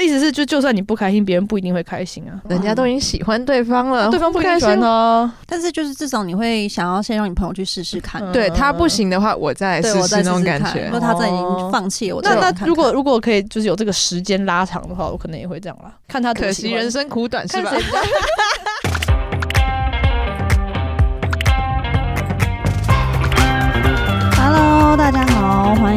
意思是就就算你不开心，别人不一定会开心啊，人家都已经喜欢对方哦了，对方不不开开心心啊，但是就是至少你会想要先让你朋友去试试看，嗯对他不行的话，我再来对试我试再那试种试感看。觉如。果他真的已经放弃了，我再那来看那看如果如果可以，就是有这个时间拉长的话，我可能也会这样啦。看他多可喜惜欢人生苦短，是看吧谁？比较 Hello，大家好，欢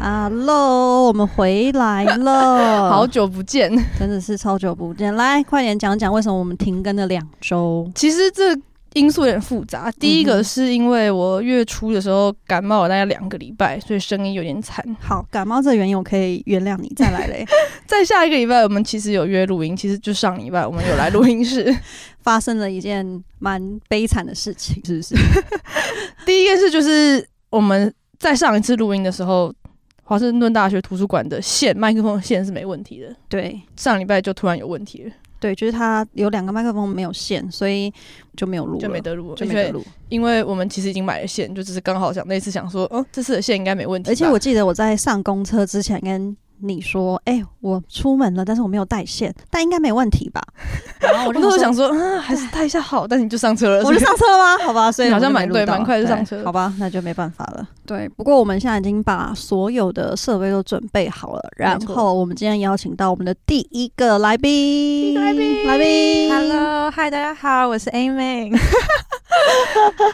Hello，我们回来 了，好，久不见，真的是超久不见，来快点讲讲为什么我们停更了两周。 其实这因素有点复杂。第一嗯个哼是因为我月初的时候感冒了大概两个礼拜，所以声音有点惨。好，感冒这个原因我可以原谅你，再来 嘞。在下一个礼拜，我们其实有约录音，其实就上礼拜我们有来录音室。 发生了一件蛮悲惨的事情，是不是？第一件事就是我们在上一次录音的时候，华盛顿大学图书馆的线麦克风线是没问题的，对上礼拜就突然有问题了，对，就是他有两个麦克风没有线，所以就没有录了，就没得录了。就因没得为录。因为我们其实已经买了线，就只是刚好想那次想说，嗯，这次的线应该没问题吧。而且我记得我在上公车之前跟你说，哎、我出门了，但是我没有带线，但应该没问题吧？然后我我就那时候说想说，嗯，还是带一下好，但你就上车了，我就上车了吗？好吧，所以你好像我就没蛮对录到蛮快就上车了对好吧，那就没办法了。对，不过我们现在已经把所有的设备都准备好了，然没错后我们今天邀请到我们的第一个来宾，来宾，来宾 Hello，嗨，大家好，我是 Amy。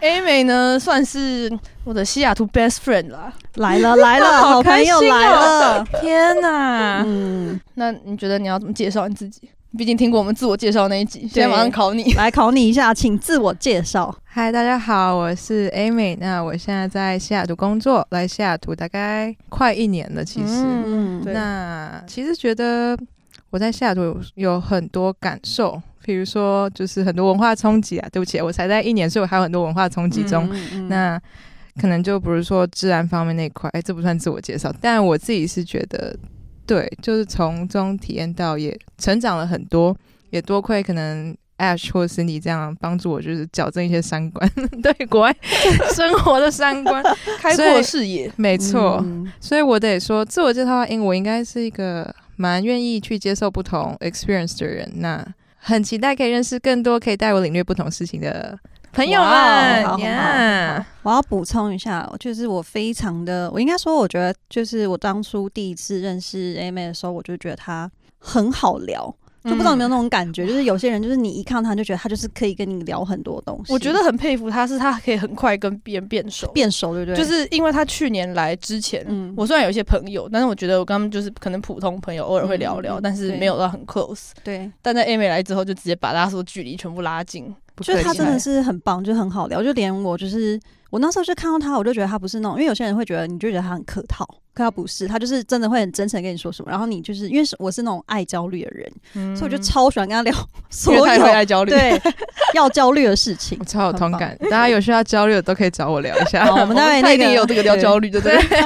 A 美呢，算是我的西雅图 best friend 啦。来了来了，好朋友来了，天哪！嗯，那你觉得你要怎么介绍你自己？毕竟听过我们自我介绍那一集，现在马上考你。来考你一下，请自我介绍。嗨，大家好，我是 Amy。那我现在在西雅图工作，来西雅图大概快一年了，其实。嗯嗯，对那其实觉得我在西雅图有有很多感受，比如说就是很多文化冲击啊。对不起，我才在一年，所以我还有很多文化冲击中。嗯那可能就比如说治安方面那一块，哎，这不算自我介绍，但我自己是觉得，对，就是从中体验到也成长了很多，也多亏可能 Ash 或是你这样帮助我，就是矫正一些三观， 对国 外生活的三观，开所阔以视野，没错。嗯所以我得说，自我介绍的话，因为我应该是一个蛮愿意去接受不同 experience 的人，那很期待可以认识更多可以带我领略不同事情的朋友哇哦们好好呀。我要补充一下，就是我非常的，我应该说，我觉得就是我当初第一次认识 A 妹的时候，我就觉得她很好聊，就不知道有没有嗯那种感觉，就是有些人就是你一看她就觉得她就是可以跟你聊很多东西，我觉得很佩服他，是他可以很快跟别人变熟，变熟，对不对？就是因为他去年来之前。嗯，我虽然有一些朋友，但是我觉得我跟他们就是可能普通朋友，偶尔会聊聊，嗯嗯嗯但是对没有到很 close。对，但在 A 美来之后，就直接把大家所有距离全部拉近。不就是客她气真的来是很棒，就很好聊，就连我就是我那时候就看到她，我就觉得她不是那种，因为有些人会觉得你就觉得她很客套，可她不是，她就是真的会很真诚地跟你说什么，然后你就是因为是我是那种爱焦虑的人，嗯所以我就超喜欢 跟她聊因所为他也会有爱焦虑。对 要焦虑的 事 情我。超有很同棒感，大家有需要交流的都可以找我聊一 下。好我们待会那一定个有这个聊焦虑，对不 对对？，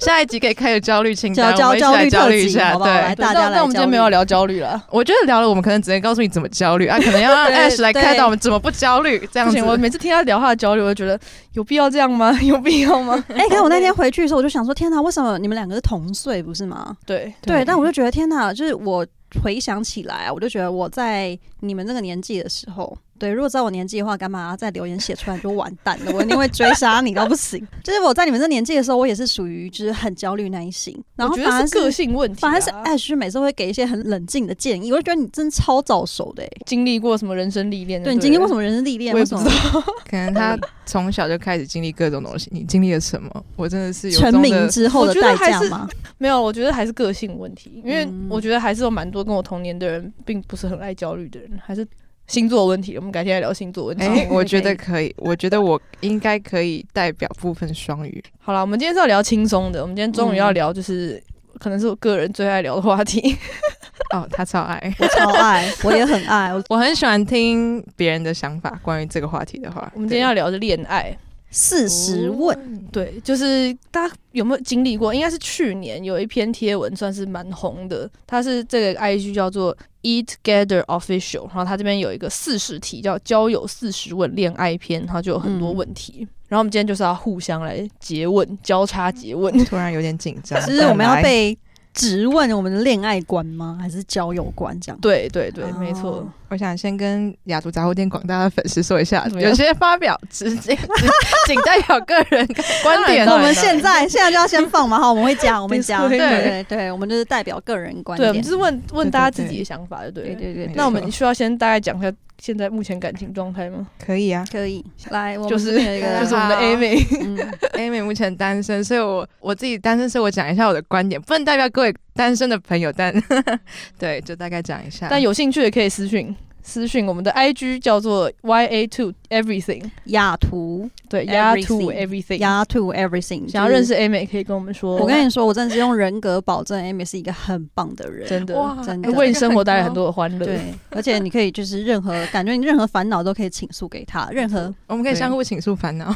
下一集可以开始焦虑清焦单，焦我们一起来焦虑焦特虑一辑，下。好不好？来对，大但家来。但我们今天没有要，聊焦虑了。我觉得聊了，我们可能只能告诉你怎么焦 虑啊，可能要让对 Ash 来看对到我们怎么不焦虑这样不子行，。我每次听他聊他的焦虑，我就觉得有必要这样吗？ 有必要 吗？哎，可是我那 天回去的时候，我就想说，天哪，为什么你们两个是同岁，不是吗？对，对，但我就觉得天哪，就是我回想起来啊，我就觉得我在你们这个年纪的时候，对，如果知道我年纪的话，干嘛在留言写出来就完蛋 了，我一定会追杀你到不行。 就是我在你们这个年纪的时候，我也是属于就是很焦虑那一型，然后我觉反而得是是个性问题啊，反而是 Ash 每次会给一些很冷静的建议，我就觉得你真的超早熟的、欸。经历过什么人生历练？对你今天为什么人生历练？我为也什不么知道？可能他从小就开始经历各种东西，你经历了什么？我真的是有 成中名的之后的我觉代得还价是吗？没有？我觉得还是个性问题，因为嗯我觉得还是有蛮多跟我同年的人，并不是很爱焦虑的人，还是星座问题。我们改天来聊星座问题。哎、好我觉 得可以，我觉得我应该可以代表部分双语。好啦，我们今天是要聊轻松的，我们今天终于要嗯聊就是。可能是我个人最爱聊的话 题，哦，他超爱，我 超爱，我也很爱。我我很喜欢听别人的想法关于这个话题的话。我们今天要聊的恋爱，四十问，对，就是大家有没有经历过？应该是去年有一篇贴文算是蛮红的，它是这个 IG 叫做 Eat Gather Official，然后它这边有一个四十题叫交友四十问恋爱篇，它就有很多问题。然后我们今天就是要互相来诘问，交叉诘问。 突然有点紧张。哦就是我们要来被质问我们的恋爱观吗？还是交友观这样？对对对，哦没错。我想先跟雅竹杂货店广大的粉丝说一下，怎么样有些发表只仅仅代表个人观 点。我们现在现在就要先放嘛，好，我们会讲，我们会 讲，对对对对，我们就是代表个人观对，我们点就，是问问对大家对自己的想法，对对不对？对对对，那我们需要先大概讲一下现在目前感情状态吗？可以啊可以来，我们就是这边有一 个就是我们的好 A 妹，嗯，Amy 目前单身，所以我我自己单身，所以我讲一下我的观点，不能代表各位单身的朋友，但 对，就大概讲一下。但有兴趣的可以私讯私讯我们的 IG 叫做 YA Two Everything，雅图对，YA Everything Two Everything。雅图 everything，想要认。识 A 妹可以跟我们说，我跟你说，我真的是用人格保证 Amy 是一个很棒的人，真的真的哎为你生活带来很。多的欢乐。对，而且你可以就是任何感觉，你任何烦恼都可以倾诉给他，任何我们可以对相互倾诉烦恼，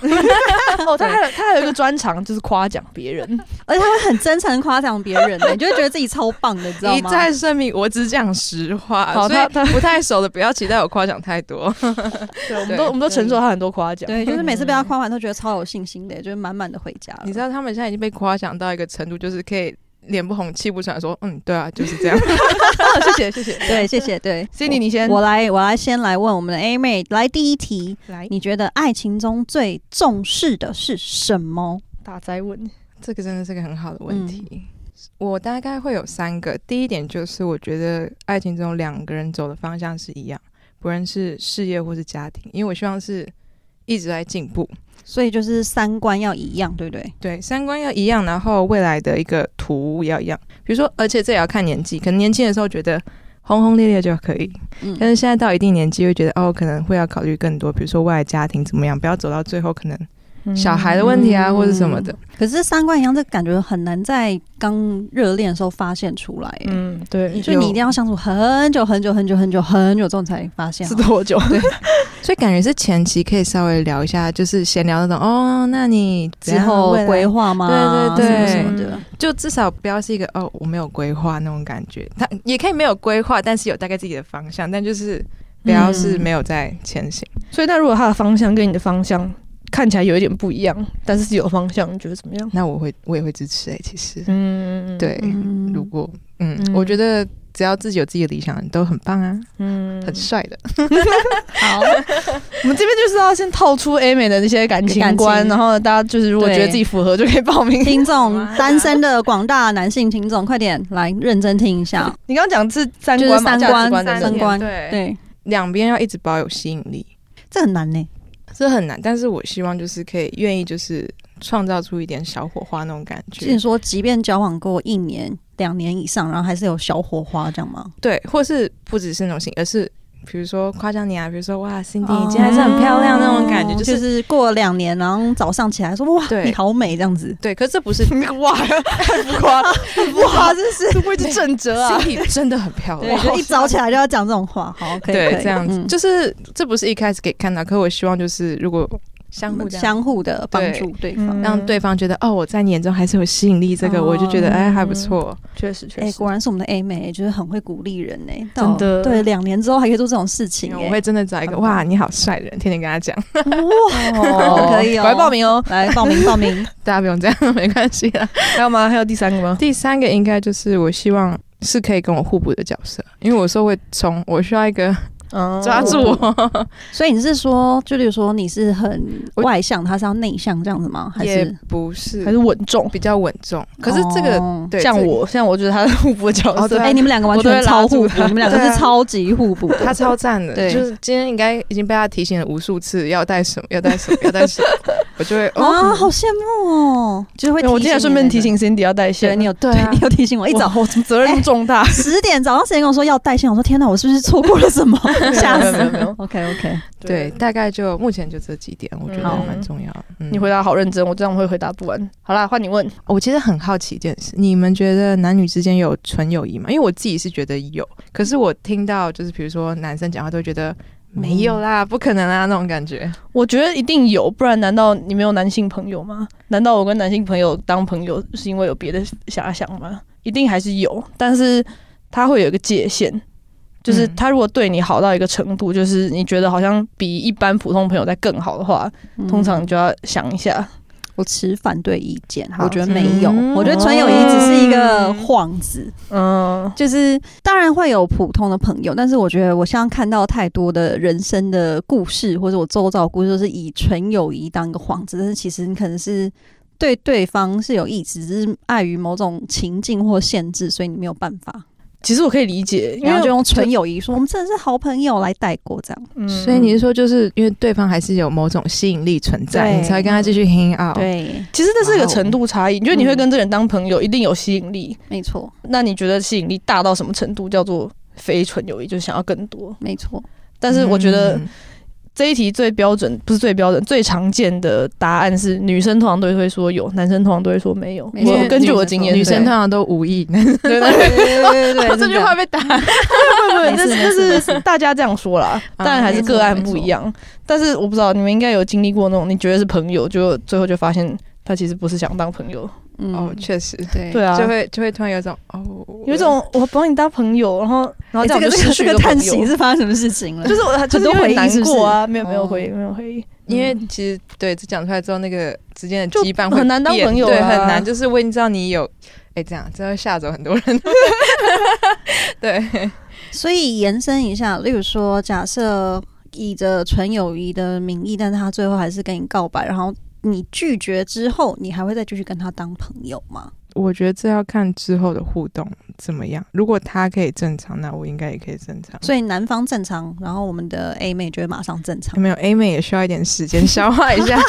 哦，他还有他还有一个专长就是夸奖别人，而且他会很真诚地夸奖别人，你就会觉得自己超棒的，你知道 一吗？再声明，我只讲实话，好所他他以不太熟的不要期待我夸奖太多。对，我们都我们都承受他很多夸奖。对，就是每次被他夸完都觉得超有信心的，就是满满的回家了。嗯你知道他们现在已经被夸奖到一个程度，就是可以脸不红气不喘，说嗯，对啊，就是这样。啊谢谢谢谢对，谢谢。对 Cindy，你嗯先我来，我来先来问我们的 A 妹，来第一题，来，你觉得爱情中最重视的是什么？打灾问，这个真的是个很好的问题。我大概会有三个，第一点就是我觉得爱情中两个人走的方向是一样，不论是事业或是家庭，因为我希望是一直在进步，所以就是三观要一样，对不对？对，三观要一样，然后未来的一个图要一样。比如说，而且这也要看年纪，可能年轻的时候觉得轰轰烈烈就可以，嗯但是现在到一定年纪会觉得哦，可能会要考虑更多，比如说未来家庭怎么样，不要走到最后可能小孩的问题啊，嗯或者什么的。可是三观一样，这感觉很难在刚热恋的时候发现出来。嗯，嗯，对，所以你一定要相处很久很久很久很久很久之后你才发现是。多久？所以感觉是前期可以稍微聊一下，就是闲聊那种哦，那你怎之样后未来规划吗？对对对什么什么的。就至少不要是一个哦，我没有规划那种感觉。他也可以没有规划，但是有大概自己的方向，但就是不要是没有在前行。所以那如果他的方向跟你的方向看起来有一点不一样，但是是有方向，你觉得怎么样？那我会我也会支持哎、其实、嗯，对，嗯如果嗯，嗯我觉得只要自己有自己的理想，都很棒啊，嗯，很帅的。好，我们这边就是要先套出 A 美的那些感情观，感情然后大家就是如果对觉得自己符合就可以报名。听 众单身的广大男性听众，快点来认真听一下。你刚刚讲的是三观嘛，就是价值三观观的三认三同观对，对，两边要一直保有吸引力，这很难呢。这很难。但是我希望就是可以愿意就是创造出一点小火花那种感就是觉你，说，即便交往过一年、两年以上，然后还是有小火花，这样吗？对，或是不只是那种型，而是。比如说夸奖你啊，比如说哇，Cindy 哦你今天还是很漂亮那种感觉，就、就是是过了两年，然后早上起来说哇，对你好美这样子。对。可是这不是哇浮夸， 哇，真是这不会是正折啊？ ，Cindy 真的很漂对，亮，就一早起来就要讲这种话，好，可以，对可以这样子，嗯就是这不是一开始可以看到，可我希望就是如果相我互们这样相互的帮助对方嗯。让对方觉得哦，我在你眼中还是有吸引力，这个、哦我就觉得哎还不错。确实确哎，实，果然是我们的 A 妹，就是很会鼓励人呢。真的对，两年之后还可以做这种事情， 我会真的找一个很棒哇你好帅的人，天天跟他讲，哇，哦可以哦赶快报名哦。来报名 报名，大家不用这样，没关系啦。还有吗？还有第三个吗？第三个应该就是我希望是可以跟我互补的角色，因为我说会从我需要一个哦抓住我，所以你是说，就例如说你是很我外向，他是要内向这样子吗？还也是不还是是稳重？比较稳重。可是这个、哦对像这个我，像我就是他的互补角哦色对。哎、你们两个完我都会全超拉住互补，他你们两个对啊是超级互补的。他超赞的，对就是今天应该已经被他提醒了无数次，要带什么， 要带什么，要带什么，我就会哦，啊，好羡慕哦！就是会对，哎我今天顺便提，醒 Cindy 要带对线，你有对啊你有提醒我，一早哇我责任重大，十点早上十点跟我说要带线，我说天哪，我是不是错过了什么？ 吓没有没有没死有！ ！OK OK，对，大概就目前就这几点，我觉得好蛮重要的。嗯哦你回答好认真，我这样会回答不完。好啦，换你问。我其实很好奇一件事，你们觉得男女之间有纯友谊吗？因为我自己是觉得有，可是我听到就是比如说男生讲话都会觉得没有啦，不可能啊啦，那种感觉。我觉得一定有，不然难道你没有男性朋友吗？难道我跟男性朋友当朋友是因为有别的遐想吗？一定还是有，但是他会有一个界限，就是嗯他如果对你好到一个程度，就是你觉得好像比一般普通朋友在更好的话，嗯通常你就要想一下。我持反对意见，好哦我觉得没有，嗯我觉得纯友谊只是一个幌子，嗯，就是当然会有普通的朋友，但是我觉得我现在看到太多的人生的故事，或者我周遭的故事，都是以纯友谊当一个幌子，但是其实你可能是。对对方是有意志，只是碍于某种情境或限制，所以你没有办法，其实我可以理解，因然为后就用纯友谊说我们真的是好朋友来带过这样。嗯所以你是说，就是因为对方还是有某种吸引力存在，对你才会跟他继续 hang out。，对，其实这是一个哇哦程度差异，就是你会跟这个人当朋友，一定有吸引力。没错，那你觉得吸引力大到什么程度叫做非纯友谊？就是想要更多。没错。但是我觉得嗯这一题最标准，不是最标准，最常见的答案是女生通常都会说有，男生通常都会说没有。没错我根据我经验，哦女生通她常都无意，对对对对对对 对这句话被打。对，没这事没事这没是大家这样说啦，啊当然还是个案没错不一样。但是我不知道你们应该有经历过那种，你觉得是朋友，就最后就发现他其实不是想当朋友，嗯哦，确实，对对啊，就会就会突然有一种哦，有一种我把你当朋友，然后然后欸样这我就个这失个去这一个哎个朋叹友息，是发生什么事 情了？就是我就是有很多回点忆难是不是过啊，没有没有哦回忆没有回忆，因为其实对这讲出来之后，那个之间的就羁绊会很难当变朋友对，啊很难。就是我已经知道你有，哎，这样真的吓走很多人。 对，所以延伸一下，例如说，假设以着纯友谊的名义，但是他最后还是跟你告白，然后你拒绝之后，你还会再继续跟他当朋友吗？嗯我觉得这要看之后的互动怎么样。如果他可以正常，那我应该也可以正常。所以男方正常，然后我们的 A 妹就会马上 正常。没有 A 妹也需要一点时间消化一下。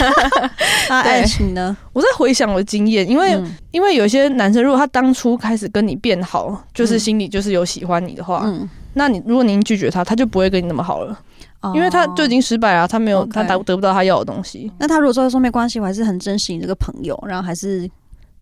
那对 Ash 你呢？我在回想我的经验，因为嗯因为有些男生，如果他当初开始跟你变好，就是嗯心里就是有喜欢你的话，嗯，那你如果您拒绝他，他就不会跟你那么好了，哦因为他就已。经失败了，他没有 OK 他达得不到他要的东西。哦那他如果说说没关系，我还是很珍惜你这个朋友，然后还是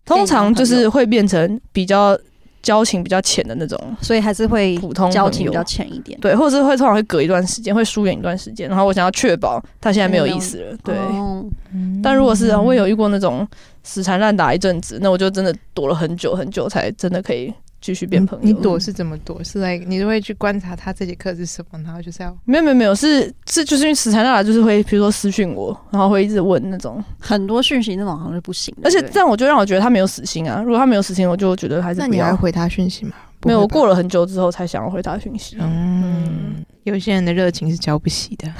通常就是会变成比较交情比较浅的那种所以还是会普通朋友交情比较浅一点。对，或者是会通常会隔一段时间，会疏远一段时间，然后我想要确保他现在没有意思了，对。哦嗯但如果是啊我有遇过那种死缠烂打一阵子，那我就真的躲了很久很久，才真的可以继续嗯变朋友。你躲是怎么躲？是来你就会去观察他这节课是什么，然后就是要没有没有没有，是是就是因为死缠烂打，就是会比如说私讯我，然后会一直问那种，很多讯息那种好像是不行的，而且对不这对样我就让我觉得他没有死心啊。如果他没有死心，我就觉得还是那不你还要。回他讯 息吗？没有，我过了。了很久之后才想要回他讯息。嗯，有些人的热情是浇不熄 的，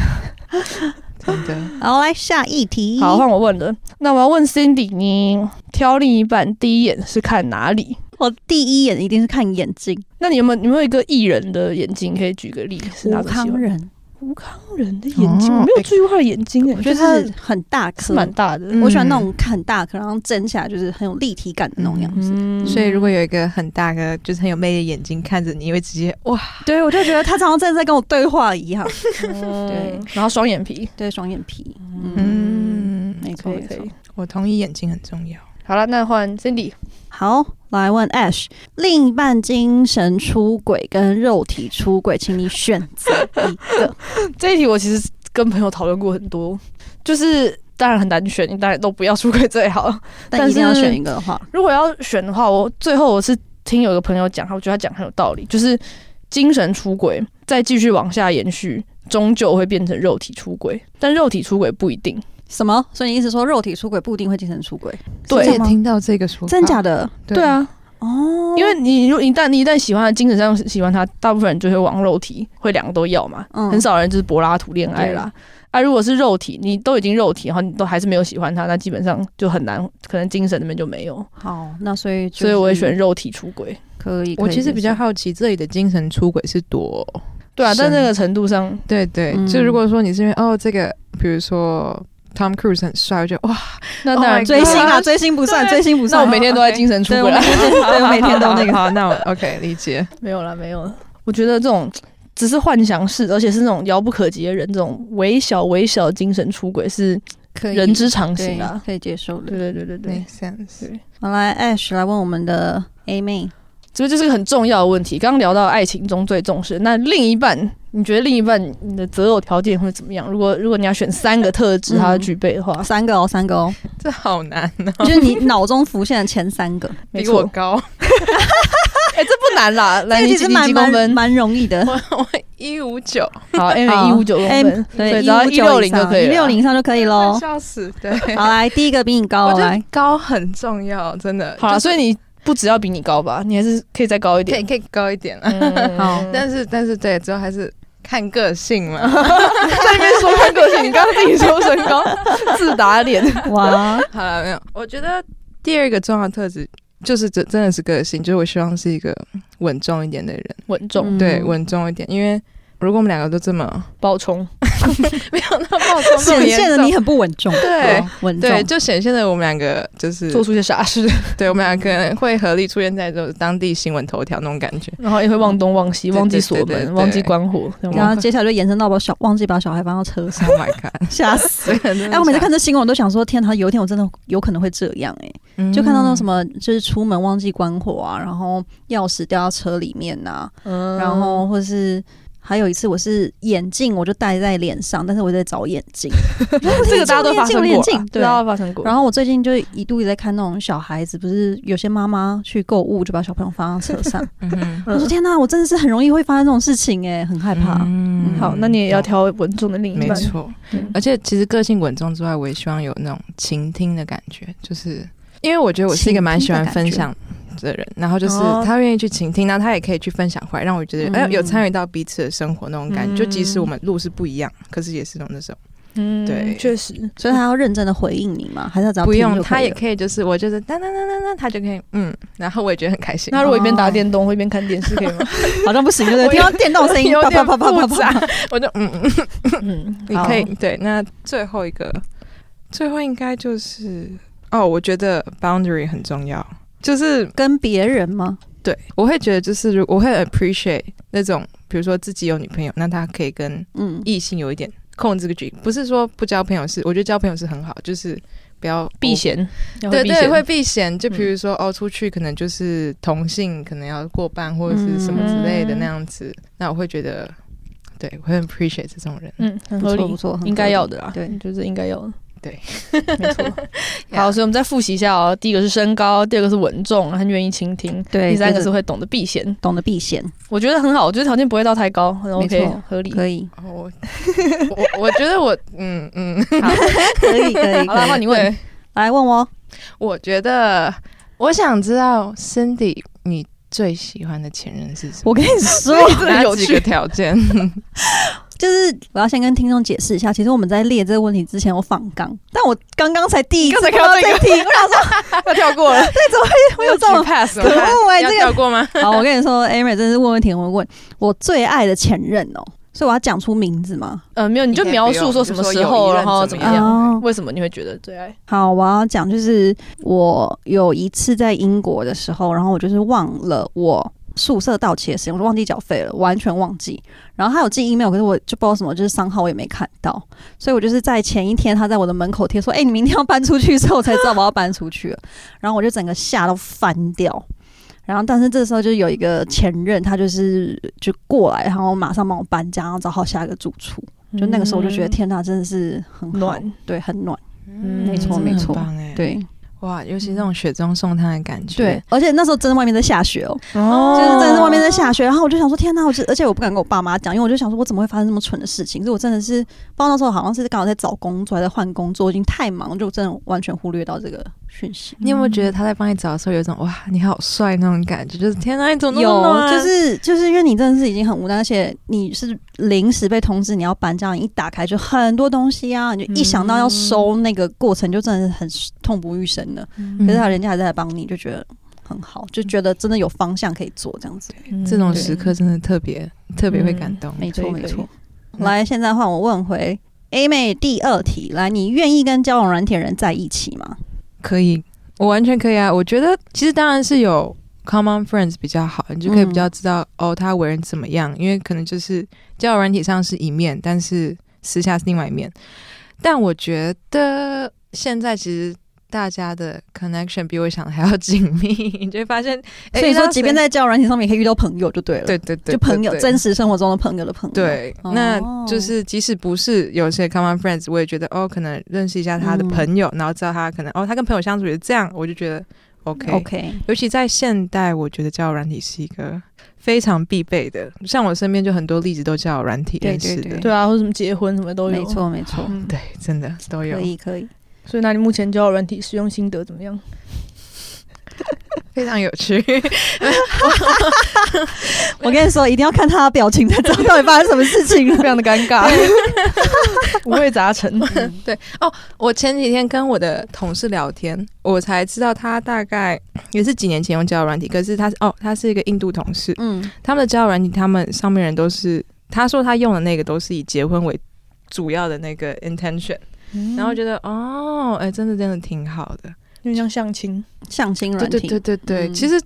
真的。好来下一题。好，换我问了。那我要问 Cindy，你挑另一半第一眼是看哪里？我第一眼一定是看眼睛，那你有没有你有没有一个艺人的眼睛可以举个例？是哪吴个喜欢康仁，吴康仁的眼睛，哦我没有注意过他的眼睛、欸，我我觉得他是很大是颗，蛮大的。嗯我喜欢那种很大颗，然后蒸起来就是很有立体感的那种样子。嗯，所以如果有一个很大个，就是很有魅力的眼睛看着你，会直接哇， 对，我就觉得他常常真的在跟我对话一样。 嗯对，然后双眼皮，对，双眼皮，嗯，嗯，没错可以没可错以。。我同意眼睛很重要。好了，那换 Cindy，好，来问 Ash，另一半精神出轨跟肉体出轨，请你选择一个。这一题我其实跟朋友讨论过很多，就是当然很难选，当然都不要出轨最好。但但一定要是选一个的话，如果要选的话，我最后我是听有一个朋友讲，我觉得他讲很有道理，就是精神出轨再继续往下延续，终究会变成肉体出轨，但肉体出轨不一定。什么？所以你意思说肉体出轨不一定会精神出轨？对之前听到这个说法，真假的？对啊，哦，因为你如一旦你一旦喜欢他精神上喜欢他，大部分人就会往肉体，会两个都要嘛，嗯很少人就是柏拉图恋爱啦。啊，如果是肉体，你都已经肉体，然后你都还是没有喜欢他，那基本上就很难，可能精神那边就没有，好，那所以就是所以我会选肉体出轨。可以。我可以其实接比较受好奇这里的精神出轨是多，对啊，是但那个程度上，对对，嗯就如果说你是因为哦这个，比如说 Tom Cruise 很帅，我觉得哇，那 Oh 当然 my 追星啊，对追星不算，对追星不那我算。每天 都在精神出轨啊啦，对我每天 都那个好，那我 OK 理 解。没有啦，没有了。我觉得这种只是幻想式，而且是那种遥不可及的人，这种微小微小的精神出轨是可人之常情对啊。可以接受的。对对对对对 Make sense。好来，Ash 来问我们的 A 妹，这个就是个很重要的问题。刚刚聊到爱情中最重视的，那另一半，你觉得另一半你的择偶条件会怎么样？如果如果你要选三个特质，嗯他要具备的话，三个哦，三个哦，这好难哦， 就是你脑中浮现的前三 个，没比错我，高， 哎、这不难啦。来， 这你个几其实你蛮几公蛮分？蛮容易 的。哎我我一五九，。好，M 一好五九公分，所以只要一一六零就可以一了。六零以上就可以喽 笑死，对，哎好来，第一个比你高我哦，觉来啊得，高很重要，真的。好啦，就是所以你不只要比你高吧，你还是可以再高一可点以。可以高一点了，嗯好但是但是对，之后还是看个性嗯嘛。 在那边说看个性，你刚刚自己说身 高，自打脸。哇， 好了，没有，我觉得第二个重要特质就是真真的是个性，就是我希望是一个稳重一点的人，稳重、嗯对，稳重一点，因为。如果我们两个都这么 爆冲，没有那么冲这么显严现的重你很不稳重，对哦，稳重对，，就显现了我们两个就是做出一些傻事，嗯对，我们俩可能会合力出现在这种当地新闻头条那种感 觉。然后也会忘东忘西，对忘记锁对对门，对忘记关火，这样然吗后接下来就延伸到把小忘记把小孩放到车 上， Oh my god！吓死！哎哎，我每次看这新闻，我都想说，天哪，啊有一天我真的有可能会这样哎、就看到那种什么，么，就是出门忘记关火啊，然后钥匙掉到车里面呐、嗯然后或是还有一次我是眼镜，我就戴在脸上，但是我在找眼镜，这个大家都发生眼过镜啦，眼镜对大家都发生过。然后我最近就一度一直在看那种小孩子，不是有些妈妈去购物就把小朋友放到车上，嗯哼我说天哪，我真的是很容易会发生这种事情哎、很害怕。嗯好，那你也要挑稳重的另一没半，错嗯。而且其实个性稳重之外，我也希望有那种倾听的感觉，就是因为我觉得我是一个蛮喜欢分享的人，然后就是哦他愿意去倾听，然后他也可以去分享回来，让我觉得嗯哎有参与到彼此的生活那种感觉。嗯就即使我们路是不一样，可是也是那种那种嗯，对确实，所以他要认真的回应你吗？还是他只要不听用就他可以也了可以，就是我就是当当当当当，他就可以嗯，然后我也觉得很开心。那如果一边打电动会一边看电视可以吗？好像不行，对不我对？听到电动声音，有啪点啪啪啪啪复杂啪，我就嗯，嗯嗯，你好可以对。那最后一个，最后应该就是哦，我觉得 boundary 很重要，就是跟别人吗？对我会觉得就是如我会 appreciate 那种，比如说自己有女朋友，那他可以跟嗯，异性有一点控制个局，不是说不交朋友是，我觉得交朋友是很好，就是不要避。嫌，要哦对避对，嫌会避嫌。就比嗯如说、哦，出去可能就是同性，可能要过半或者是什么之类的嗯那样子。那我会觉得，对我会 appreciate 这种人。嗯，很不合错不理，错，很应该合理要的啦，对，就是应该要的，对， 没错。 Yeah 好，所以我们再复习一下哦，第一个是身高，第二个是稳重，很愿意倾听，对第三个就是是会懂得避嫌，懂得避嫌，我觉得很好，我觉得条件不会到太高，很没 OK，错合理。可以，哦，我我我觉 得我嗯嗯， 可以，可以。好了，换你问，来问我，我觉得我想知道 Cindy 你最喜欢的前任是什么？我跟你说， 哪几个条件？就是我要先跟听众解释一下，其实我们在列这个问题之前，我仿纲，但我刚刚才第一次刚才看看到到这这个个题，我想说，要跳过了，对，怎么 会会有这种种？ pass 可恶哎要这个跳过吗？好，我跟你说，Amy 真是问问题很会问。我最爱的前任哦，所以我要讲出名字吗？呃，没有，你就描述说什么时候，然后怎么友谊样，哦为什么你会觉得最爱？好，我要讲就是我有一次在英国的时候，然后我就是忘了我宿舍到期的时间，我就忘记缴费了，完全忘记。然后他有寄 email，可是我就不知道什么，就是商号我也没看到，所以我就是在前一天他在我的门口贴说：“哎、你明天要搬出去。”之后我才知道我要搬出去了，然后我就整个吓到翻掉。然后，但是这时候就有一个前任，他就是就过来，然后马上帮我搬家，然后找好下一个住处。就那个时候，我就觉得嗯天呐，真的是很好暖，对，很暖，嗯没错真的没错很棒哎，，对。哇，尤其那种雪中送炭的感觉，对，，而且那时候真的外面在下雪哦，哦就是真的是外面在下雪，然后我就想说天哪，我就而且我不敢跟我爸妈讲，因为我就想说我怎么会发生这么蠢的事情？所以我真的是，不知道那时候好像是刚好在找工作，还在换工作，已经太忙，就真的完全忽略到这个讯息。你有没有觉得他在帮你找的时候有一种哇你好帅那种感觉？就是天哪，你怎么那么有，暖就是就是因为你真的是已经很无奈，而且你是临时被通知你要搬家，你一打开就很多东西啊，你就一想到要收那个过程，就真的是很痛不欲生的。可嗯是他人家还在帮你，就觉得很好，就觉得真的有方向可以做这样子。嗯这种对时刻真的特别特别会感动，没错，可以没错。可以来，现在换我问回 A 妹第二题，来，你愿意跟交往软体的人在一起吗？可以，我完全可以啊。我觉得其实当然是有 common friends 比较好，你就可以比嗯较知道、哦他为人怎么样，因为可能就是交友软体上是一面，但是私下是另外一面。但我觉得现在其实大家的 connection 比我想的还要紧密，你就会发现， 哎所以遇说，到即便谁在交友软体上面也可以遇到朋友，就对了。对对对，就朋友对真实生活中的朋友的朋友。对，哦那就是即使不是有些 common friends，我也觉得哦，可能认识一下他的嗯朋友，然后知道他可能哦，他跟朋友相处也是这样，我就觉得 OK。 ，OK，尤其在现代，我觉得交友软体是一个非常必备的。像我身边就很多例子都交友软体对认识的，对对啊，或者什么结婚什么都有。没，错没错，嗯，哦对哦真的都有可，以可以。所以那你目前交友软体使用心得怎么样？ 非常有 趣。我跟你说，一定要看他的表情才知道到底发生什么 事情了非。常的尴尬，五味杂 陈。对哦，我前几天跟我的同事聊天，我才知道他大概也是几年前用交友软体，可是他是哦，他是一个印度同事，嗯，他们的交友软体，他们上面人都是，他说他用的那个都是以结婚为主要的那个 intention，、然嗯后觉得哦，哎、真的真的挺好的，因为像相亲，相亲对软对体，对对对，嗯其实。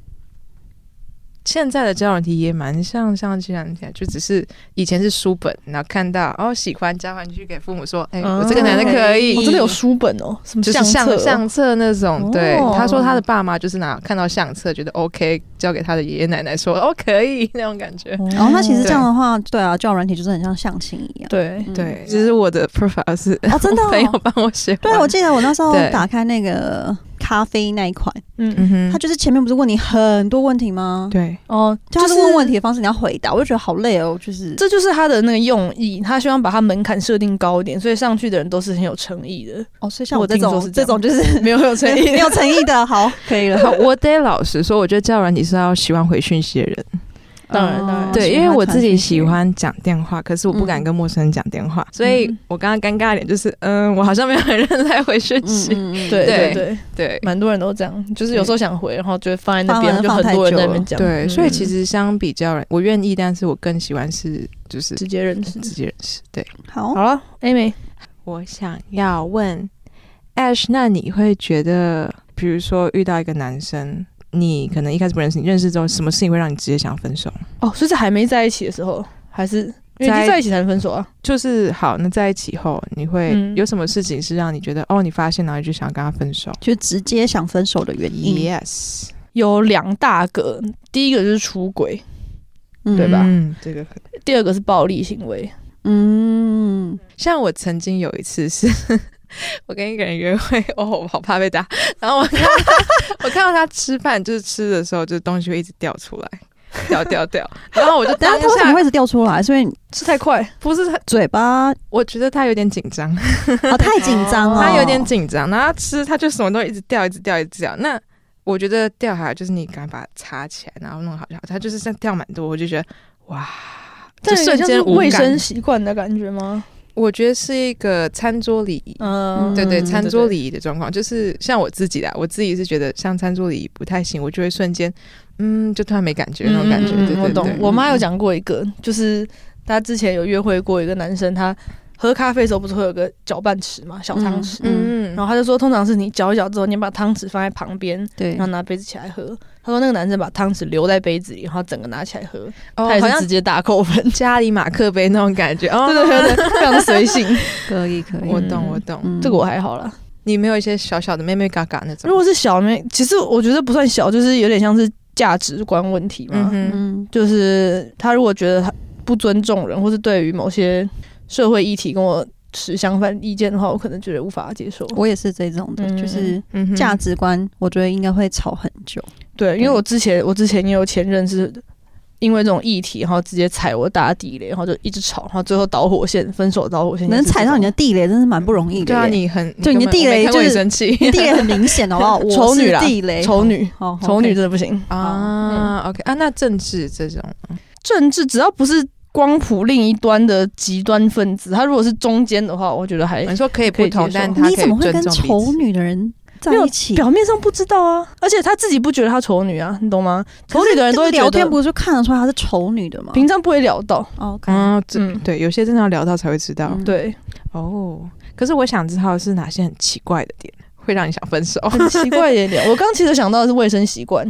现在的交友软体也蛮像像这样子，就只是以前是书本，然后看到哦喜欢交换去给父母说，哎、我这个男的可以，我、真的有书本哦，什么就是嗯相册哦相相册那种。哦对，他说他的爸妈就是拿看到相册觉得 OK，交给他的爷爷奶奶说哦可以 那种感觉。哦然后那其实这样的话，对啊，交友软体就是很像相亲一样。对，嗯对，其实我的 profile 是哦，真的 哦朋友帮我写完，对，我记得我那时候对打开那个咖啡那一款，嗯，嗯哼，他就是前面不是问你很多问题吗？对哦，就他是就是问问题的方式，你要回答，我就觉得好累哦，就是这就是他的那个用意，他希望把他门槛设定高一点，所以上去的人都是很有诚意的，哦，所以像我我这听种说是这这样种就 是 没有很有诚意没有诚意的，好，可以了。好我得老实说，我觉得交友软体是要喜欢回讯息的人， 当然当然哦对，因为我自己喜，传讯息欢讲电话，可是我不敢嗯跟陌生人讲电话，所以我刚刚尴尬的点就是，嗯，我好像没有很认真在回 讯息，嗯嗯嗯对对对对，对蛮多人都这样，就是有时候想回，然后就会放在那放边，完就放很太多人久在那边了讲，对，所以嗯其实相比较软，我愿意，但是我更喜欢是就是直接认识。直接认识，对。好好了，Amy，我想要问 Ash，那你会觉得，比如说遇到一个男生，你可能一开始不认识，你认识之后，什么事情会让你直接想分手？哦，所以是还没在一起的时候，还是因为在在一起才能分手啊？就是好，那在一起后，你会、嗯有什么事情是让你觉得，哦，你发现，然后你就想跟他分手就直接想分手的原嗯因， ？Yes，、有两大个，第一个就是出轨，嗯对吧嗯，这个很第二个是暴力行为。嗯，像我曾经有一次是， 我跟一个人约会，哦，我好怕被打。然后我看到他，我看到他吃饭，就是吃的时候，就是东西会一直掉出来，掉掉掉。 然后我就但当是他为什么下会一直掉出来？是因为你吃太快，不是很，嘴巴我觉得他有点紧张，哦啊太紧张了，他有点紧张，然后他吃他就什么都一直掉，一直掉，一直掉。那我觉得掉下来就是你赶快把它擦起来，然后弄好就好。他就是这样掉蛮多，我就觉得哇，但就瞬间无卫生感。习惯的感觉吗？我觉得是一个餐桌礼仪，嗯，对对，嗯餐桌礼仪的状况，就是像我自己啦，我自己是觉得像餐桌礼仪不太行，我就会瞬间，嗯，就突然没感觉嗯那种感觉。嗯嗯对对我对懂。我妈有讲过一个，就是她之前有约会过一个男生，他喝咖啡的时候不是会有个搅拌池嘛，小汤匙。嗯然后他就说，通常是你搅一搅之后，你把汤匙放在旁边，对然后拿杯子起来喝。他说那个男生把汤匙留在杯子里，然后整个拿起来喝，哦，他也好是像直接大扣分。家里马克杯那种感觉。哦，对对对对，非常的随 性。可以可以 我懂我懂。嗯这个我还好啦。你没有一些小小的妹妹嘎嘎那如种？果是小妹，其实我觉得不算小，就是有点像是价值观问题嘛。嗯嗯就是他如果觉得他不尊重人，或是对于某些社会议题跟我持相反意见的话，我可能觉得无法接受。我也是这种的，嗯就是哼，价值观，我觉得应该会吵很久。对，因为我之前我之前也有前任是。因为这种议题，然后直接踩我大地雷，然后就一直吵，然后最后导火线，分手导火线也能是这踩到种你的地雷，真是蛮不容易的耶。对啊，你很就你的地雷根本我没看过就是你生气 你地雷很明显，好不好？我啊丑女是啦地雷，丑女，好，好丑女 OK 真的不行。啊。OK 啊，那政治这种政治只要不是光谱另一端的极端分子，他如果是中间的话，我觉得还你说可以哎可以不同，接受但他可你以怎么会尊跟重彼丑此嗯女的人在没有一起？表面上不知道啊，而且他自己不觉得他丑女啊，你懂吗？丑女的人都会聊觉天得不是就看得出来她是丑女的吗哦平常不会聊到， ？OK，啊？这嗯，对，有些真的要聊到才会知道嗯对， 哦。可是我想知道是哪些很奇怪的点会让你想分手。很奇怪一点点。我刚其实想到的是卫生习惯，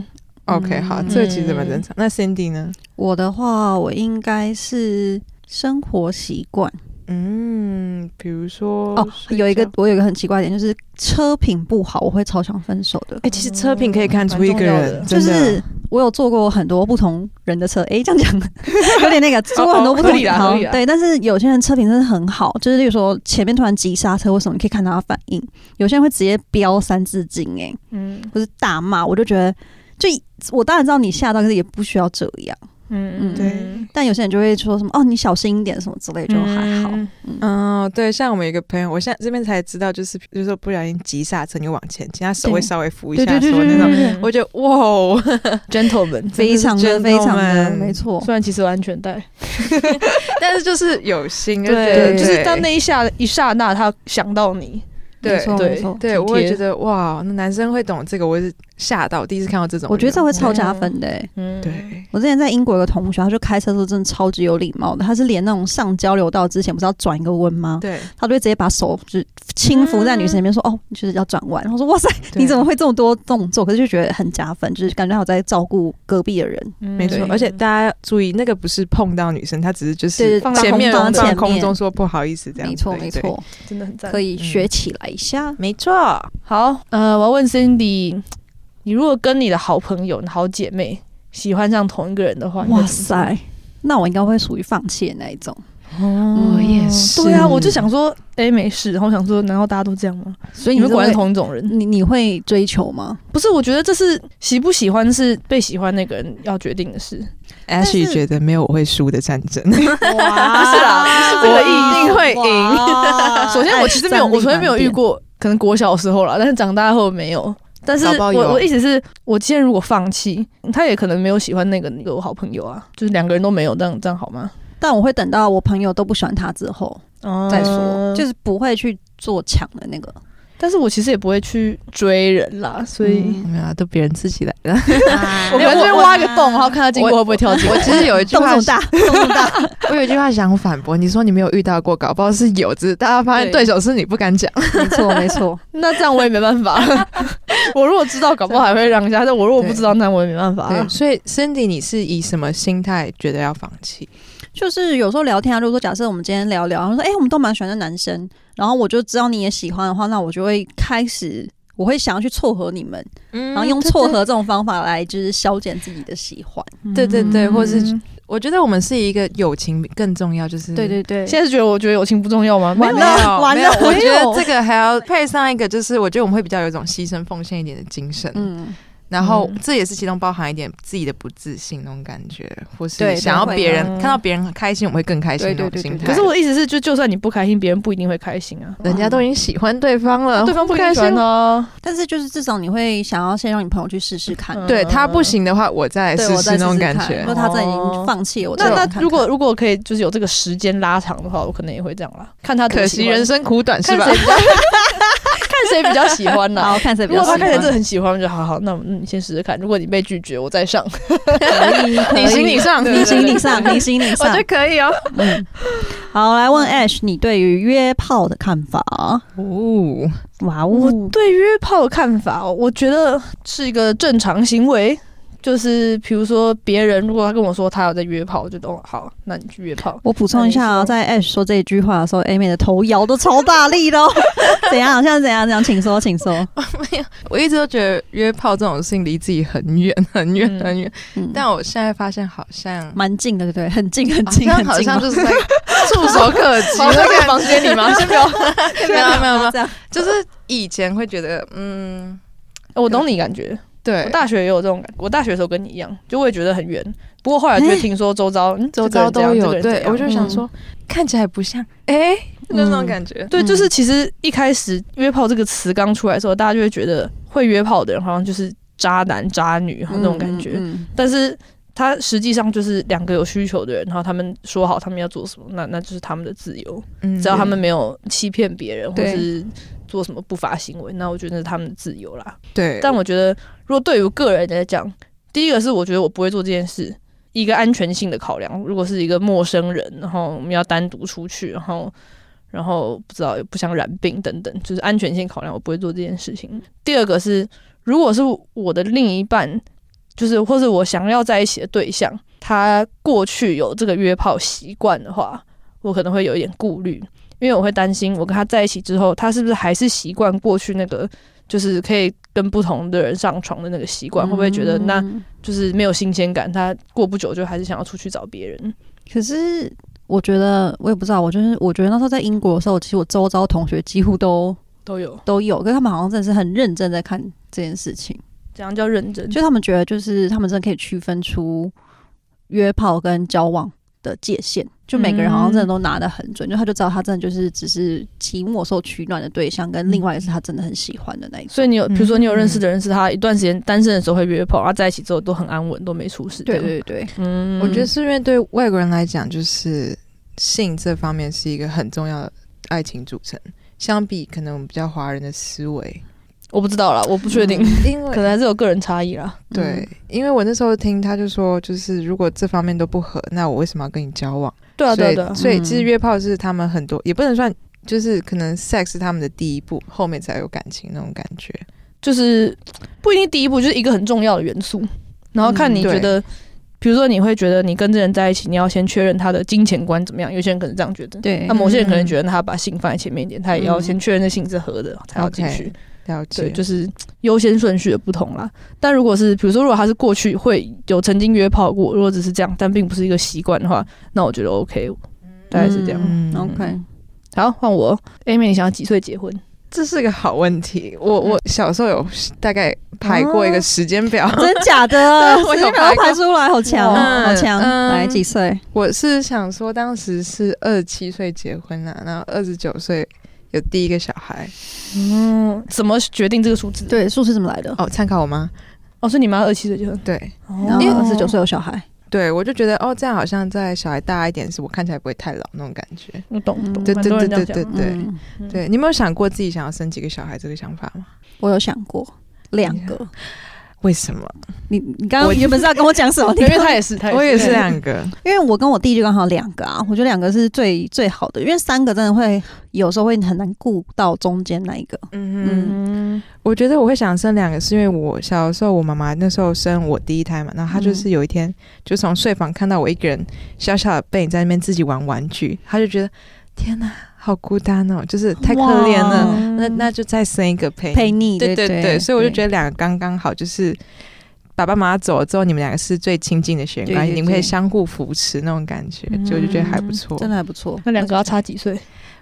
OK，好，嗯这个其实蛮正常。那 Cindy 呢？我的话，我应该是生活习惯，嗯，比如说哦，睡有一个觉我有一个很奇怪的点，就是车品不好，我会超想分手的。哎、其实车品可以看出蛮一重个要人，的就真的是我有坐过很多不同人的车，哎、这样讲 有点那个，坐过很多不合同理啦好合理啦对，但是有些人车品真的很好，就是例如说前面突然急刹车或什么，你可以看到他反应。有些人会直接飙三字经、哎，嗯或是大骂，我就觉得，就我当然知道你吓到，可是也不需要这样。嗯嗯对但有些人就会说什么哦，你小心一点什么之类，就还好。嗯嗯、对，像我们有一个朋友，我现在这边才知道，就是比如说不小心急刹车，你就往前倾，他手会对稍微扶一对下对对什么对那种，对嗯我觉得哇哦， ，gentleman，非常的真的非是常的 gentleman 没错，虽然其实有安全带，但是就是有心，就觉对，得就是当那一下一刹那，他想到你，对没错对没错。对，体我也贴觉得哇，那男生会懂这个，我也是吓到，第一次看到这种人，我觉得这会超加分的、哎嗯，对，我之前在英国有个同学，他就开车的时候真的超级有礼貌的，他是连那种上交流道之前不是要转一个弯吗？对，他就会直接把手就是轻抚在女生那边说：“哦，你就是要转弯。”然后说：“哇塞，对你怎么会这么多动作？”可是就觉得很加分，就是感觉好在照顾隔壁的人。嗯，没错对，而且大家要注意，那个不是碰到女生，她只是就对是放到前面空中放前空面中说不好意思这样，没错，对没，对错，真的很赞，可以嗯学起来一下。没错，好，呃，我要问 Cindy，你如果跟你的好朋友、好姐妹喜欢上同一个人的话，你会哇怎么做，塞，那我应该会属于放弃的那一种。哦我也是对啊，我就想说，哎，没事，然后想说，难道大家都这样吗？所以你你们是果然是会同一种人，你你会追求吗？不是？我觉得这是喜不喜欢是被喜欢那个人要决定的事，是 Ashley 觉得没有我会输的战争，哇，不是啦不是这个意义啊定会赢哇。首先，我其实没有，哎我从来没有遇。过，可能国小的时候啦，但是长大后没有。但是搞不我好有我意思是，我今天如果放弃，他也可能没有喜欢那个那个我好朋友啊，就是两个人都没有，这样这样好吗？但我会等到我朋友都不喜欢他之后哦再说，就就是不会去做抢的那个。但是我其实也不会去追人啦，所以、 没有啊，都别人自己来的。 我可能这边挖一个洞，然后看他经过我会不会跳进来。我其实有一句动话这么，嗯大，动这么大，我有一句话想反驳，你说你没有遇到过，搞不好是有，只是大家发现对对手是你不敢讲。没错没错， 那这样我也没办 法。我如果知道，搞不好还会让一下；但我如果不知道，那我也没办法。对，所以 Cindy，你是以什么心态觉得要放弃？ 就是有时候聊天啊，如果说假设我们今天聊聊，然后说哎、诶我们都蛮喜欢的男生，然后我就知道你也喜欢的话，那我就会开始。我会想要去撮合你们，然然后用撮合嗯这种方法来就是消减自己的喜欢。对对对，嗯或是我觉得我们是一个友情更重要，就是对现在是觉得我觉得友情不重要吗？完没没有了有啊 完没有了我觉得这个还要配上一个，就是我觉得我们会比较有一种牺牲奉献一点的精神，嗯，然后嗯这也是其中包含一点自己的不自信那种感觉，或对是想要别人对会看到别人开心，我们会更开心对那对种对心对态。可是我的意思是，就就算你不开心，别人不一定会开心啊。人家都已经喜欢啊对方了，对方不不开开心心哦。但是就是至少你会想要先让你朋友去试试看，嗯对他不行的话，我再对试我试再那试种试感看。觉如。果他真的已经放弃了，我那再那如果如果可以，就是有这个时间拉长的话，我可能也会这样啦。看他多可喜惜欢 人生苦短，是看吧谁？比较看谁比较喜欢然啦。 后看谁比如较果喜他看欢，起来 真的很喜欢，我就好好，那我嗯你先试试看。如果你被拒绝，我再上。 你行你上，你行你上，你行你 我觉上得。可以哦。嗯， 好，来问 Ash，你对于约炮的看法？哦，哇我哦， 对约炮的看法哦，我觉得是一个正常行为。就是比如说，别人如果他跟我说他有在约炮，我就哦好，那你去约炮。我补充一下哎啊，在 Ash 说这一句话的时候，A 妹的头摇都超大 力的哦。怎样？现在怎样？怎样？请说，请说。我一直都觉得约炮这种事情离自己很远很远嗯很远，嗯， 但我现在发现好像蛮近的，对不对？很近，很好近，像很啊好近像吗。就是在触手可 及好的在感觉房间里 吗？先不要，没有 没有没有，这样。就是以前会觉得嗯，我懂你感觉。我对，大学也有这种感，我大学的时候跟你一样，就会觉得很远。不过后来就会听说周遭，嗯，哎周这个遭人这都有个，人对怎样嗯我就想说看起来不像，哎， 那种嗯感觉，对，嗯就是其实一开始“约炮”这个词刚出来的时候，大家就会觉得会约炮的人好像就是渣男渣女那种感觉，嗯嗯嗯但是。他实际上就是两个有需求的人，然后他们说好他们要做什么，那那就是他们的自由，嗯只要他们没有欺骗别人或对是做什么不法行为，那我觉得那是他们的自由啦。对，但我觉得，如果对于个人来讲，第一个是我觉得我不会做这件事，一个安全性的考量。如果是一个陌生人，然后我们要单独出去，然后然后不知道不想染病等等，就是安全性考量，我不会做这件事情。第二个是，如果是我的另一半，就是或是我想要在一起的对象，他过去有这个约炮习惯的话，我可能会有一点顾虑，因为我会担心我跟他在一起之后，他是不是还是习惯过去那个就是可以跟不同的人上床的那个习惯，会不会觉得那嗯就是没有新鲜感？他过不久就还是想要出去找别人。可是我觉得我也不知道，我就是我觉得那时候在英国的时候，其实我周遭同学几乎都都有，都有，可是他们好像真的是很认真在看这件事情，怎样叫认真？就他们觉得就是他们真的可以区分出约炮跟交往的界限，就每个人好像真的都拿得很准，就他就知道他真的就是只是期末受取暖的对象，跟另外一个是他真的很喜欢的那一种。所以你有，比如说你有认识嗯的人是他一段时间单身的时候会约炮，啊他在一起之后都很安稳，都没出事。这对样，对对，嗯我觉得是因为对外国人来讲，就是性这方面是一个很重要的爱情组成，相比可能我们比较华人的思维，嗯我不知道啦，我不确定， 因 为可能还是有个人差异啦。对，因为我那时候听他就说，就是如果这方面都不合，那我为什么要跟你交往？对啊，对啊对啊所以，，所以其实嗯约炮是他们很多，也不能算，就是可能 sex 是他们的第一步，后面才有感情那种感觉。就是不一定第一步就是一个很重要的元素，然后看嗯你对觉得，比如说你会觉得你跟这人在一起，你要先确认他的金钱观怎么样，有些人可能这样觉得。对那某些人可能觉得他把性放在前面一点，他也要先确认这性是合的才要进去。嗯 OK 了解，对，就是优先顺序的不同啦。但如果是比如说，如果他是过去会有曾经约炮过，如果只是这样，但并不是一个习惯的话，那我觉得 OK，大概是这样。嗯 OK，好，换我，Amy，你想要几岁结婚？这是个好问题。我我小时候有大概排过 一个时间表，真假的，对我有直接把它排出来，好强哦，嗯好强！嗯来几岁？我是想说当时是二十七岁结婚啦，然后二十九岁有第一个小孩。嗯，怎么决定这个数字？，对，数是怎么来的？哦，参考我妈。哦，是你妈二七岁结婚，对哦因为二十九岁有小孩，对，我就觉得哦，这样好像在小孩大一点，是我看起来不会太老那种感觉。我懂，嗯懂对蛮对多对人这对样讲对对、嗯对，你有没有想过自己想要生几个小孩这个想法吗？我有想过两个。为什么？你你刚刚原本是要跟我讲什么？你因为刚他也是，他我也 是对两个，因为我跟我弟就刚好两个啊，我觉得两个是最最好的，因为三个真的会有时候会很难顾到中间那一个。嗯嗯，嗯，我觉得我会想生两个，是因为我小的时候，我妈妈那时候生我第一胎嘛，然后她就是有一天、就从睡房看到我一个人小小的背影在那边自己玩玩具，她就觉得天哪，好孤单哦，就是太可怜了，哇那那就再生一个陪你陪你，对对对，所以我就觉得两个刚刚好，就是爸爸妈妈走了之后，你们两个是最亲近的血缘关系，对对嗯你们可以相互扶持那种感觉，嗯就我就觉得还不错。真的还不错。那两个要差几岁？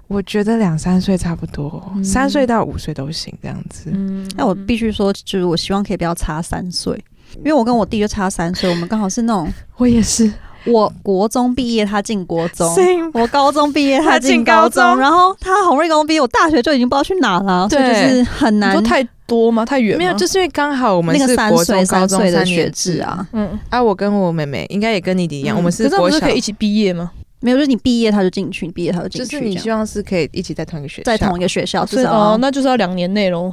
我觉得两三岁差不多，嗯三岁到五岁都行这样子。嗯，哎那我必须说，就是我希望可以不要差三岁，因为我跟我弟就差三岁，我们刚好是那种我也是，我国中毕业，他进国 中。 Same 我高中毕业，他进高中，他进高中然后他好不容易高中毕业，我大学就已经不知道去哪了，啊所以对就是很你难说。太多吗？太远吗？没有，就是因为刚好我们那个是三国中、高岁、三中岁的三学年制制。啊，嗯，啊，我跟我妹妹应该也跟你的一样，嗯我们可是他国们不是小可，以一起毕业吗？没有，就是你毕业他就进去，你毕业他就进就去这是样，你希望是可以一起在同一个学校，在同一个学校，所至以少哦要，那就是要两年内喽。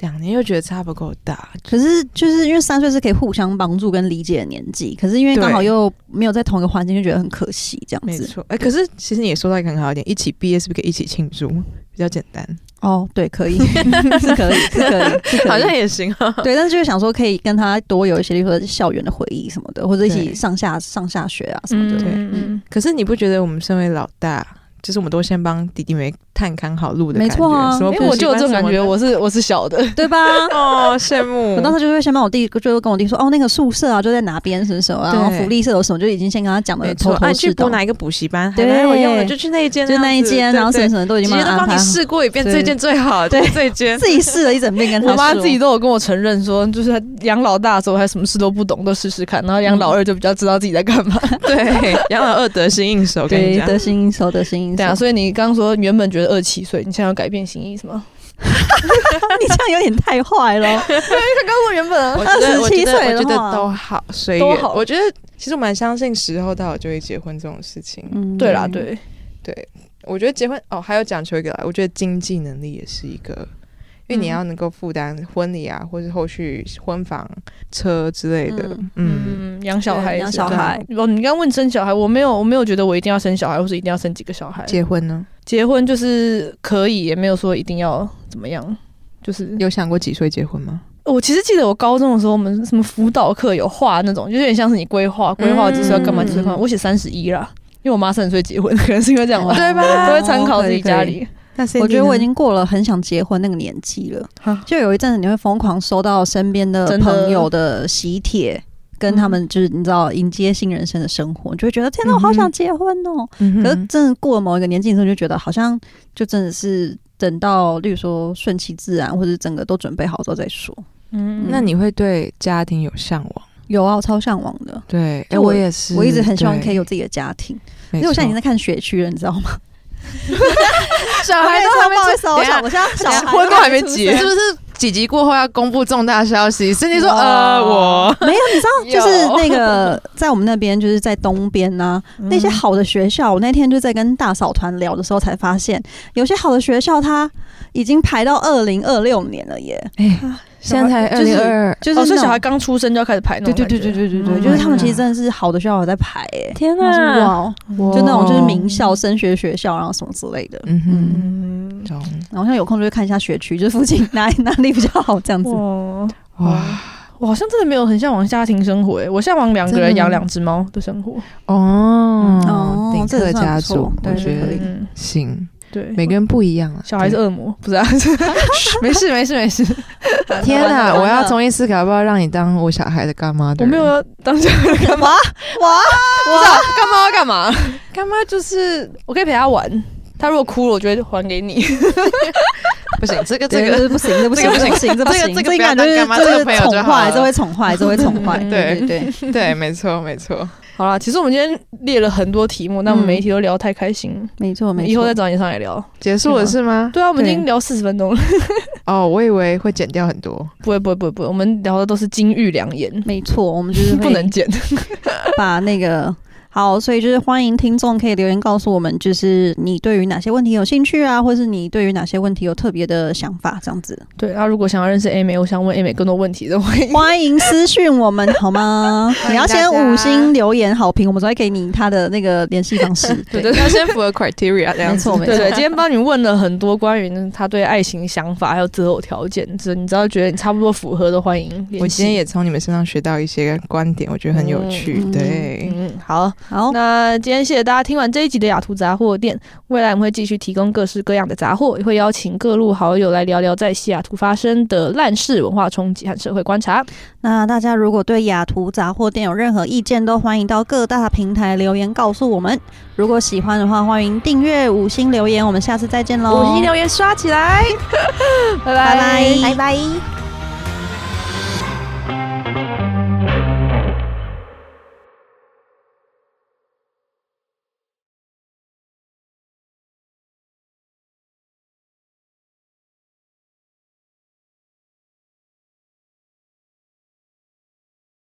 两年，又觉得差不够大，可是就是因为三岁是可以互相帮助跟理解的年纪，可是因为刚好对又没有在同一个环境，就觉得很可惜这样没子。错。哎、可是其实你也说到一个很好一点，一起毕业是不是可以一起庆祝？比较简 单，哦，对，可以，是可以，是可以，是可以，好像也行啊。对，但是就是想说可以跟他多有一些，例如说校园的回忆什么的，或者一起对上下上下学啊什么的。对嗯可是你不觉得我们身为老大，就是我们都先帮弟弟妹探看好路的感觉？没错啊什么因嗯补为我习就有班这种感什么觉，的我是我是小的，对吧？哦羡慕 我当时就会先帮我弟，就会跟我弟说，哦，那个宿舍啊，就在哪边，什么什么啊，对然后福利社有什么，就已经先跟他讲的没头错，啊，头你去是补道，哪一个补习班，对还有用的就去那一间，啊就那一间，然后什什么么，什么都已直经接帮都他帮安排你好，试过一遍，对这一间最好，对就这一 间。自己试了一整遍跟他我说。妈自己都有跟我承认说，就是她养老大的时候还什么事都不懂，都试试看，然后养老二就比较知道自己在干嘛。 对，养老二得心应手，跟你对讲。得心应手，得心应 手对。啊，所以你刚刚说原本觉得二七岁，你现在要改变心意是吗？ 你这样有点太 坏了。他刚问原本啊我觉得，我觉27得，岁的我觉得话都好，随都缘好。我觉得其实我蛮相信时候到了就会结婚这种事情。嗯，对啦，，对，对，我觉得结婚哦，还有讲求一个啦，我觉得经济能力也是一个，因为你嗯要能够负担婚礼啊，或是后续婚房、车之类的。嗯，嗯，养小孩也养是小这样。孩，哦，你刚刚问生小孩，我没有，我没有觉得我一定要生小孩，或是一定要生几个小孩。结婚呢，结婚就是可以，也没有说一定要怎么样。就是有想过几岁结婚吗？我其实记得我高中的时候，我们什么辅导课有画那种，就有点像是你规划规划就是要干嘛嗯就是要干嘛。我写三十一啦，因为我妈三十岁结婚，可能是因为这样吧，对吧啊都会参考自己家可以。里。那 Cindy 我觉得呢我已经过了很想结婚那个年纪了啊，就有一阵子你会疯狂收到身边的真的嗯朋友的喜帖，跟他们就是你知道迎接新人生的生活，你就会觉得天哪，我好想结婚哦。嗯可是哼真的过了某一个年纪之后，就觉得好像就真的是等到，例如说顺其自然，或者整个都准备好之后再说。嗯那你会对家庭有向往？有啊，我超向往的，对，哎、就我我也是，我一直很嗯希望对可以，有自己的家庭，因因为我现在已经在看学区了，你知道吗？ 小我孩跟你都说还没不好意出思哦，我等一下想我现在小孩婚都还没出结，生是不是几集过后要公布重大消息？甚至说，哇呃，我没有，你知道，就是有那个在我们那边，就是在东边呐、那些好的学校，我那天就在跟大嫂团聊的时候才发现，有些好的学校它已经排到二零二六年了耶，现在二就是零二二，就是哦，所以那小种孩刚出生就要开始排那对种对感觉，对对对对对，对，就是他们其实真的是好的学校有在排耶，天我说哇，哦，哇就那种就是名校、升学学校，然后什么之类的。嗯哼，嗯，懂然后像有空就会看一下学区，就是附近 哪哪里比较好这样子。哇，哇我好像真的没有很向往家庭生活、欸，我向往两个真的人吗养两只猫的生活。哦哦，顶这也客算家不族错，我对觉可以得嗯，行，对，每个人不一样啊。小孩是对恶魔，不是、啊？没事没事没事，天完哪！了我要重新思考，要不要让你当我小孩的干妈的我人？没有要当家人干嘛？哇，干嘛要干嘛？干嘛就是我可以陪他玩，他如果哭了，我就会还给你。 不行， 这个这对个这不行，这不行，这不行，这这不个行，这个应该不要当就是干妈这这个朋友是就好宠坏，了这会宠坏，这会 宠坏，对对对。对，没错没错。 好啦，其实我们今天列了很多题目，那我们嗯每一题都聊太开心，没错，没错。以后再找你上来聊。结束了是吗？对啊，我们已经对聊四十分钟了，哦，我以为会剪掉很多。不会不会不会不会，我们聊的都是金玉良言，没错，我们就是不能剪。 把那个好，所以就是欢迎听众可以留言告诉我们，就是你对于哪些问题有兴趣啊，或是你对于哪些问题有特别的想法，这 样子对，那、如果想要认识 A 美，我想问 A 美更多问题的话，欢迎私讯我们好吗？欢迎你要先大家五星留言好评，我们才会给你他的那个联系 方式。对，要先符合 criteria 这样没子。错，没对错对，。今天帮你问了很多关于他对爱情想法，还有择偶条件，这你只要觉得你差不多符合的，欢迎联系。我今天也从你们身上学到一些观点，我觉得很有趣。嗯对，嗯，好，好，那今天谢谢大家听完这一集的雅图杂货店。未来我们会继续提供各式各样的杂货，也会邀请各路好友来聊聊在西雅图发生的烂事、文化冲击和社会观察。那大家如果对雅图杂货店有任何意见，都欢迎到各大平台留言告诉我们。如果喜欢的话，欢迎订阅、五星留言。我们下次再见喽！言刷起来，拜哦拜拜拜。拜。